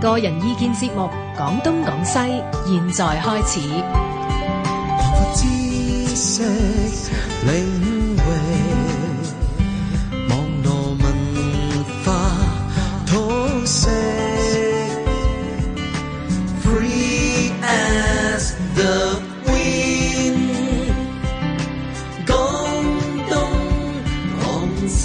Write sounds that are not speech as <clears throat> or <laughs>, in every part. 個人意見節目《講東講西》，現在開始。擴闊知識領域，網絡文化通識，Free as the wind，講東講西。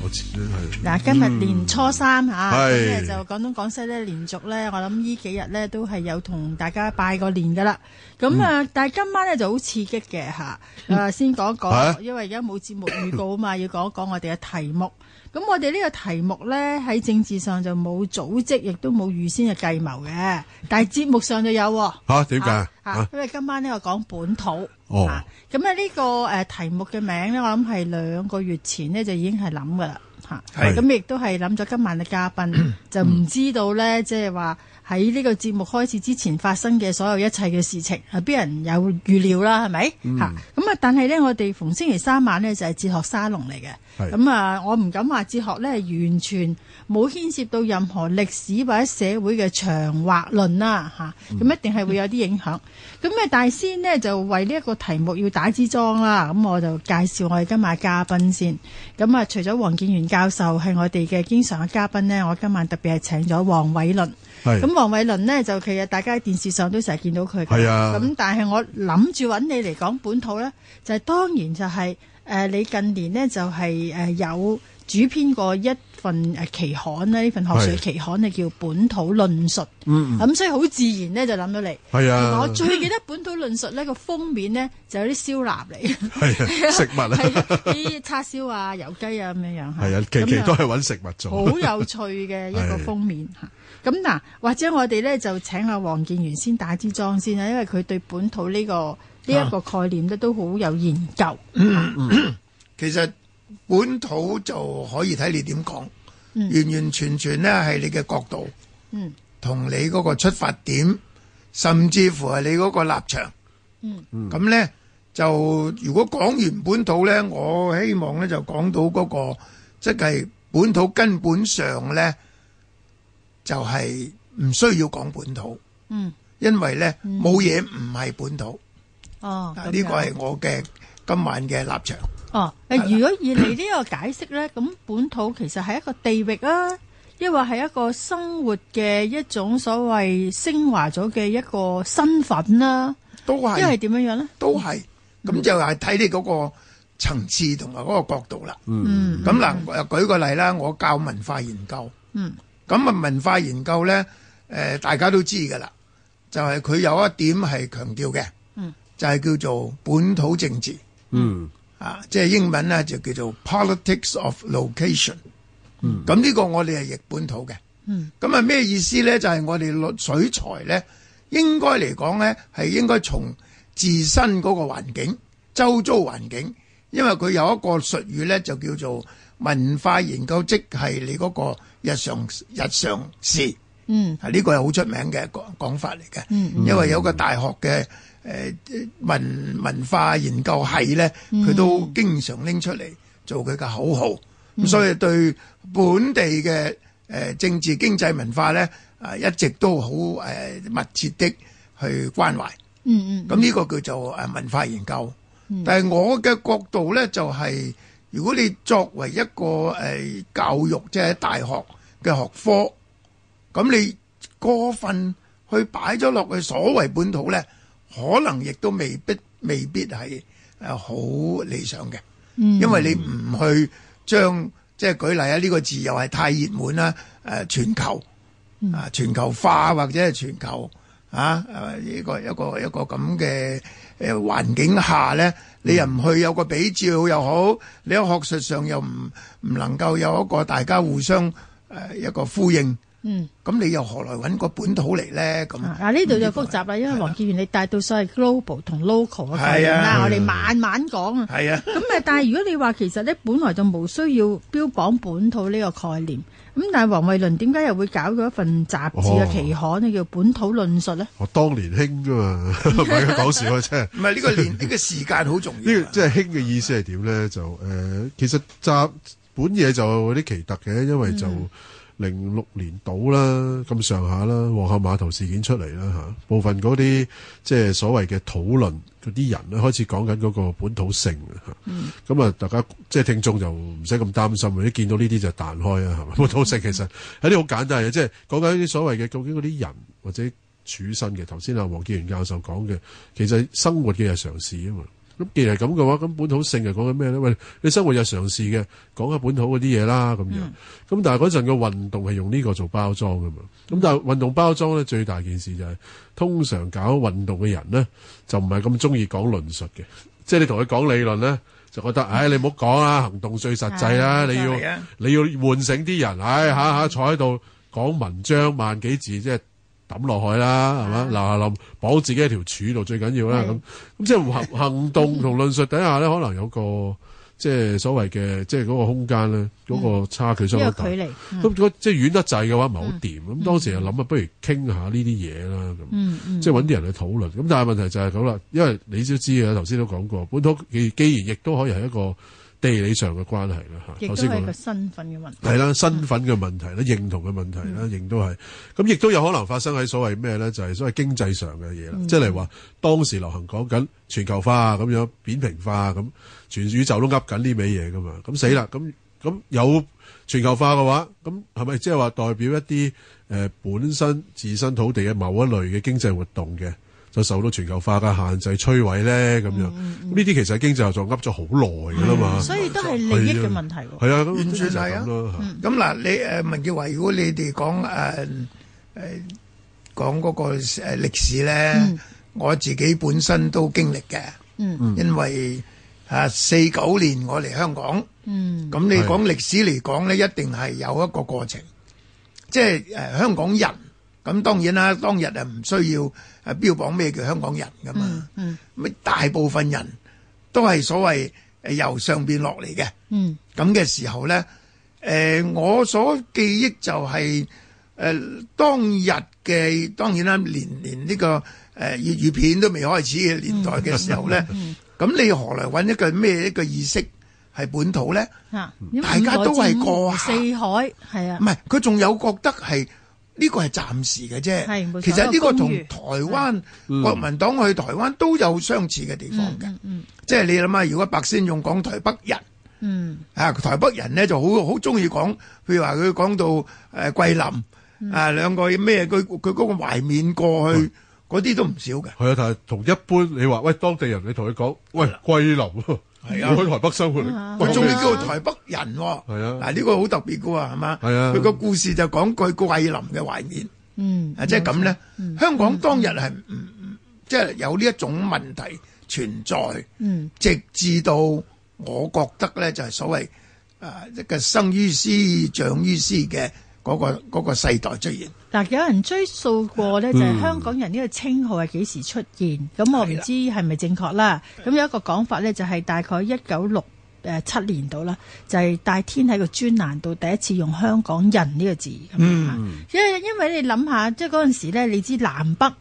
我自己係嗱，今日年初三嚇，嗯係咁咧就廣東廣西咧連續咧，我諗呢幾日咧都係有同大家拜過年噶啦。咁啊，嗯但係今晚咧就好刺激嘅嚇。誒，先講一啊講，因為而家冇節目預告啊嘛， <laughs> 要講一講我哋嘅題目。咁我哋呢個題目咧喺政治上就冇組織，亦都冇預先嘅計謀嘅，但係節目上就有喎。嚇點解啊啊？因為今晚呢，我講本土。哦啊咁咧呢個誒題目嘅名呢，我諗係兩個月前呢，就已經係諗噶啦嚇。係咁亦都係諗咗今晚嘅嘉 <clears throat> 賓，就唔知道呢，即係話喺呢個節目開始之前發生嘅所有一切嘅事情，係邊人有預料啦？係咪嗯嚇？咁啊，但係呢，我哋逢星期三晚呢，就係哲學沙龍嚟係嘅。咁啊，我唔敢話哲學呢，係完全冇牽涉到任何歷史或者社會嘅長劃論啦嚇。咁、一定係會有啲影響。咁嘅大仙呢，就為呢一個題目要打支裝啦，咁我就介紹我哋今晚嘅嘉賓先。咁啊，除咗黃建元教授係我哋嘅經常嘅嘉賓呢，我今晚特別係請咗黃偉綸。係咁黃偉綸呢，就其實大家喺電視上都成日見到佢㗎。係啊咁但係我諗住揾你嚟講本土呢，就係、當然就係、呃你近年呢，就係、呃有主編過一份誒期刊啦，呢份學術係期刊呢，叫《本土論述》。嗯，咁所以好自然咧就諗到你。係啊我最記得本土論述呢個封面呢，就有啲燒臘 <laughs> 嚟，係啊，食物啊，係啊啲叉燒啊、油雞啊咁樣樣嚇係啊，期期咁啊都係揾食物做。好有趣嘅一個 <laughs> 封面嚇。咁嗱，或者我哋咧就請阿黃建元先打支裝先啦，因為佢對本土呢、個呢一、啊個概念咧都好有研究。其實本土就可以睇你點講，嗯完完全全咧係你嘅角度，嗯，同你嗰個出發點，甚至乎係你嗰個立場，嗯，咁咧就如果講完本土咧，我希望咧就講到嗰、個即係本土根本上咧就係唔需要講本土，嗯，因為咧冇嘢唔係本土，哦，啊咁呢樣個係我嘅今晚嘅立場。哦，誒，如果以你呢個解釋呢，咁本土其實係一個地域啊，抑或係一個生活嘅一種所謂升華咗嘅一個身份啦、都一係點樣樣呢？都係，咁就係睇你嗰個層次同埋嗰個角度啦。嗯，咁嗱、我舉個例啦，我教文化研究，嗯，咁啊文化研究咧，誒、大家都知噶啦，就係、佢有一點係強調嘅，嗯，就係叫做本土政治嗯，啊，即係英文咧就叫做 politics of location。嗯，咁呢個我哋係譯本土嘅。嗯，咁啊咩意思咧？就係、我哋攞水材咧，應該嚟講咧係應該從自身嗰個環境、周遭環境，因為佢有一個術語咧就叫做文化研究，即係你嗰個日常日常事。嗯，啊，呢個係好出名嘅講講法嚟嘅，嗯因為有個大學嘅誒、呃文文化研究系咧，嗯佢都經常拎出嚟做佢嘅口號，咁、嗯所以對本地嘅誒、呃政治經濟文化咧，啊、一直都好誒、呃密切的去關懷。嗯嗯，咁呢個叫做誒文化研究。但係我嘅角度咧，就係、如果你作為一個誒、呃教育，即係大學嘅學科，咁你過分去擺咗落去所謂本土咧，可能亦都未必未必係誒好理想嘅，因為你唔去將即係舉例啊，呢、個字又係太熱門啦，誒、呃全球。嗯啊全球化或者係全球啊誒呢個一個一個咁嘅誒環境下咧，你又唔去有個比照又好，你喺學術上又唔唔能夠有一個大家互相誒、呃一個呼應，嗯，咁你又何來揾個本土嚟咧？咁啊嗱呢度就複雜啦，因為黃建源你帶到所謂 global 同 local 嘅概係念啊啦，我哋係啊慢慢講啊。係啊。咁誒，但係如果你話其實咧，本來就冇需要標榜本土呢個概念，咁但係黃慧麟點解又會搞咗一份雜誌嘅期刊呢？叫《本土論述》呢？我當哦年興啫嘛， <laughs> 唔係佢講笑啊，真係。唔係呢個年呢個時間好重要呢啊。個即係興嘅意思係點咧？就誒、呃其實雜本嘢就有啲奇特嘅，因為就零六年到啦，咁上下啦，皇后碼頭事件出嚟啦嚇，部分嗰啲即係所謂嘅討論嗰啲人咧，開始講緊嗰個本土性啊嚇，咁啊、大家即係聽眾就唔使咁擔心，一見到呢啲就彈開啊，係嘛？本土性其實係啲好簡單嘅，即係講緊啲所謂嘅究竟嗰啲人或者處身嘅，頭先阿黃建元教授講嘅，其實生活嘅日常事啊嘛。咁既然係咁嘅話，咁本土性係講緊咩咧？喂，你生活日常事嘅，講下本土嗰啲嘢啦，咁樣。咁、但係嗰陣嘅運動係用呢個做包裝噶嘛。咁但係運動包裝咧，最大件事就係、通常搞運動嘅人咧，就唔係咁中意講論述嘅，即係你同佢講理論咧，就覺得，唉、你唔好講啦，行動最實際啦，你要係啊你要喚醒啲人，唉、嗯下下坐喺度講文章萬幾字，即係抌落海嗯啦，係嘛？嗱嗱臨綁自己喺條柱度最緊要啦，係咁咁 <laughs> 即係行行動同論述底下咧，可能有個即係所謂嘅即係嗰個空間咧，嗰、個差距嗯相呢當個大。距離，嗯咁如果即係遠得滯嘅話，唔係好掂。咁當時就諗啊，不如傾下呢啲嘢啦，咁嗯嗯，即係揾啲人去討論。咁但係問題就係咁啦，因為你都知啊嘅，頭先都講過，本土既既然亦都可以係一個地理上嘅關係啦亦都嚇。頭先係一講個。身份嘅問題。係啦，身份嘅問題啦，認同嘅問題嗯啦，亦都係咁，亦都有可能發生喺所謂咩咧，就係、所謂經濟上嘅嘢啦，嗯即係例如話當時流行講緊全球化咁樣扁平化咁，全宇宙都噏緊呢味嘢噶嘛，咁死啦，嗯咁咁有全球化嘅話，咁係咪即係話代表一啲誒、呃本身自身土地嘅某一類嘅經濟活動嘅？就受到全球化嘅限制摧毀咧，咁樣嗯咁呢啲其實喺經濟學上噏咗好耐㗎啦嘛，所以都係利益嘅問題喎。係啊，咁完全就係啊咁咯嚇咁嗱，你誒文建華，如果你哋講誒誒講嗰個誒歷史咧，我自己本身都經歷嘅，嗯因為啊四九年我嚟香港，嗯咁你係講歷史嚟講咧，一定係有一個過程，即係誒、呃香港人。咁當然啦，當日啊唔需要誒標榜咩叫香港人噶嘛。嗯咁大部分人都係所謂誒由上邊落嚟嘅。嗯咁嘅時候咧，誒、我所記憶就係、誒、當日嘅當然啦，連連呢、個誒、粵語片都未開始嘅年代嘅時候 <laughs> 咧，咁、嗯你何來揾一個咩一個意識係本土咧？嚇，大家都係過四海係啊唔，係，佢仲有覺得係呢個係暫時嘅係冇錯啫。其實呢個同一個台灣國民黨去台灣都有相似嘅地方嘅，嗯即係你諗下，如果白先勇講台北人。嗯啊，台北人咧就好好中意講，譬如話佢講到誒、呃桂林啊兩個咩，佢佢嗰個懷緬過嗯去嗰啲都唔少嘅。係啊，但係同一般你話喂當地人，你同佢講喂桂林喎，係啊我喺台北生活，你啊佢喂中意係啊叫台北人喎、係啊嗱呢個好特別嘅喎，係嘛？係啊佢個故事就講佢桂林嘅懷緬，嗯，啊即係咁咧。香港當日係唔唔即係有呢一種問題存在，嗯直至到我覺得咧就係所謂誒一個生於斯長於斯嘅嗰、個嗰、個世代出現。嗱，有人追溯嗯過呢，就係香港人呢個稱號係幾時出現？咁我唔知係咪正確啦。咁有一個講法呢，就係大概一九六誒七年度啦，就係戴天喺個專欄度第一次用香港人呢個字咁樣嚇。嗯因為因為你諗下，即係嗰陣時咧，你知南北。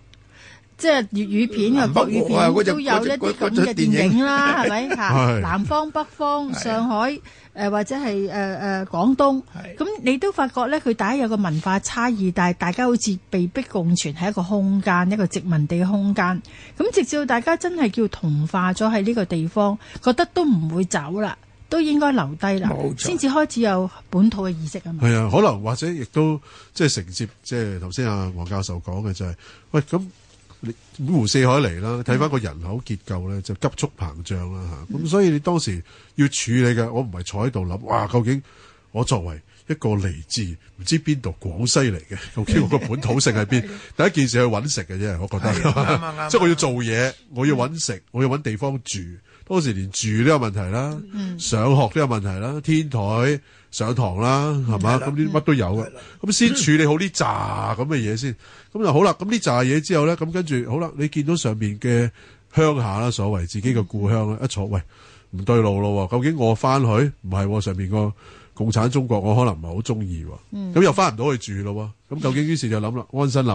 即係粵語片啊，南北國語哇嗰片隻都有一啲嗰咁隻嘅電影啦，係咪嚇？係南方、北方、係上海誒、呃或者係誒誒廣東，嗯係咁你都發覺咧，佢大家有個文化差異，但係大家好似被逼共存喺一個空間，一個殖民地嘅空間。咁直至到大家真係叫同化咗喺呢個地方，覺得都唔會走啦，都應該留低啦冇，錯先至開始有本土嘅意識啊嘛。係啊，可能或者亦都即係承接，即係頭先阿黃教授講嘅就係、喂咁你五湖四海嚟啦，睇翻個人口結構咧就急速膨脹啦嚇，咁、所以你當時要處理嘅，我唔係坐喺度諗，哇究竟我作為一個嚟自唔知邊度廣西嚟嘅，究竟我個本土性喺邊？第一件事去揾食嘅啫，我覺得，係啊啱啊啱啊即係我要做嘢，我要揾食，我要揾地方住。當時連住都有問題啦，上學都有問題啦，天台上堂啦，係嘛？咁啲乜都有嘅。咁先處理好呢扎咁嘅嘢先。咁就好啦。咁呢扎嘢之後咧，咁跟住好啦，你見到上面嘅鄉下啦，所謂自己嘅故鄉啦，一坐喂唔對路咯喎。究竟我翻去唔係喎？上面個共產中國，我可能唔係好中意喎。咁又翻唔到去住咯喎。咁究竟於是就諗啦，安身立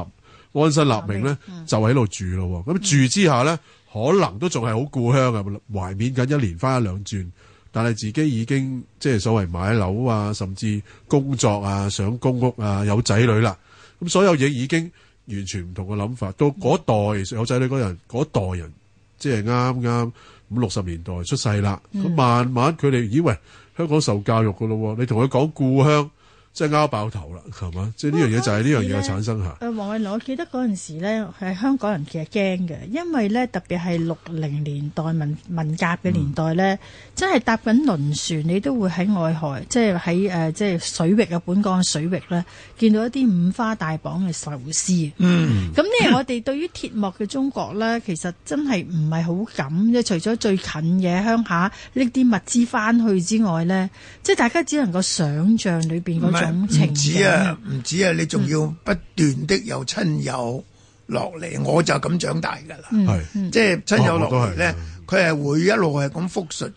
安身立命嗯咧，就喺度住咯喎。咁住之下咧，可能都仲係好故鄉啊，懷緬緊一年翻一兩轉但係自己已經即係所謂買樓啊，甚至工作啊、上公屋啊、有仔女啦，咁所有嘢已經完全唔同嘅諗法。到嗰代有仔女嗰人，嗰代人即係啱啱五六十年代出世啦，咁、慢慢佢哋以為香港受教育嘅咯喎，你同佢講故鄉，即係拗爆頭啦，係嘛？即係呢樣嘢就係呢樣嘢嘅產生嚇。誒呃黃偉倫，我記得嗰陣時咧，係香港人其實驚嘅，因為咧特別係六零年代文文革嗯嘅年代咧，真係搭緊輪船，你都會喺外海，即係喺誒即係水域啊，本港嘅水域咧，見到一啲五花大綁嘅壽司。嗯，咁呢，我哋對於鐵幕嘅中國咧，其實真係唔係好敢，即係除咗最近嘅鄉下拎啲物資翻去之外咧，即係大家只能夠想像裏邊唔嗰種情係嗯唔景止啊，唔止啊，你仲要不斷的有親友落嚟，我就咁長大㗎啦。嗯係即係親友落嚟咧哦，佢係會一路係咁復述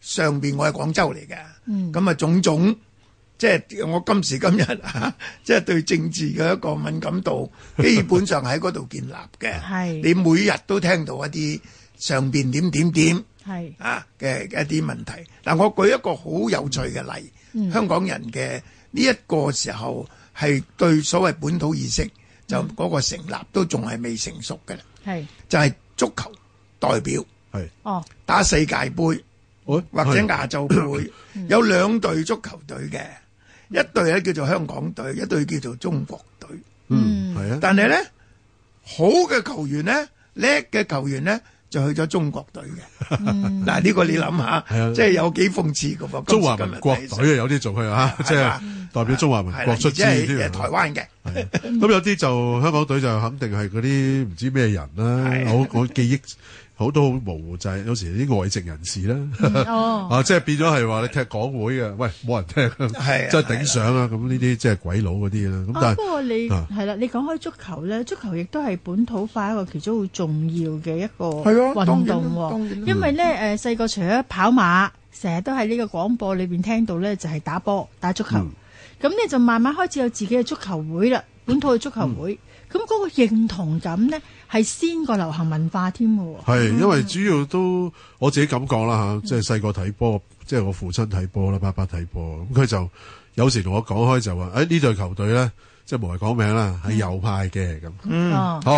上邊我係廣州嚟嗯嘅，咁啊種種，即係我今時今日啊， <laughs> 即係對政治嘅一個敏感度，基本上喺嗰度建立嘅。係你每日都聽到一啲上邊點點點係。啊嘅嘅一啲問題。嗱，我舉一個好有趣嘅例，香港人嘅呢一個時候係對所謂本土意識就嗰個成立都仲係未成熟嘅啦。係就係足球代表係，哦，打世界盃喂或者係亞洲盃，有兩隊足球隊嘅，一隊咧叫做香港隊，一隊叫做中國隊。嗯係啊，但係咧，好嘅球員咧，叻嘅球員咧，就去咗中國隊嘅。嗱，呢個你諗下嗯係啊，即係有幾諷刺嘅噃。中華民國今時隊今啊，日睇有啲仲去啊，即係係嘛代表中華民係啦國出而且資呢啲係呃人台灣嘅。係啊咁有啲就香港隊就肯定係嗰啲唔知咩人係啦。我我記憶好多好模糊，就係有時啲外籍人士啦， <laughs> 哦， <laughs> 啊，即係變咗係話你踢港會嘅，喂冇人踢，係啊即係頂上啊！咁呢啲即係鬼佬嗰啲啦。咁啊但不係過你啊係啦，你講開足球咧，足球亦都係本土化一個其中好重要嘅一個係啊當運動然啦當喎然啦。嗯因為咧誒細個除咗跑馬，成日都喺呢個廣播裏邊聽到咧，就係打波、打足球。嗯咁你就慢慢開始有自己嘅足球會啦，本土嘅足球嗯會。咁嗰個認同感咧，係先過流行文化添嘅喎。係因為主要都我自己感覺啦嚇，即係細個睇波，即係我父親睇波啦，爸爸睇波，咁佢就有時嗯同我講開就話，誒呢隊球隊咧，即係無謂講名啦，係右派嘅咁。哦好。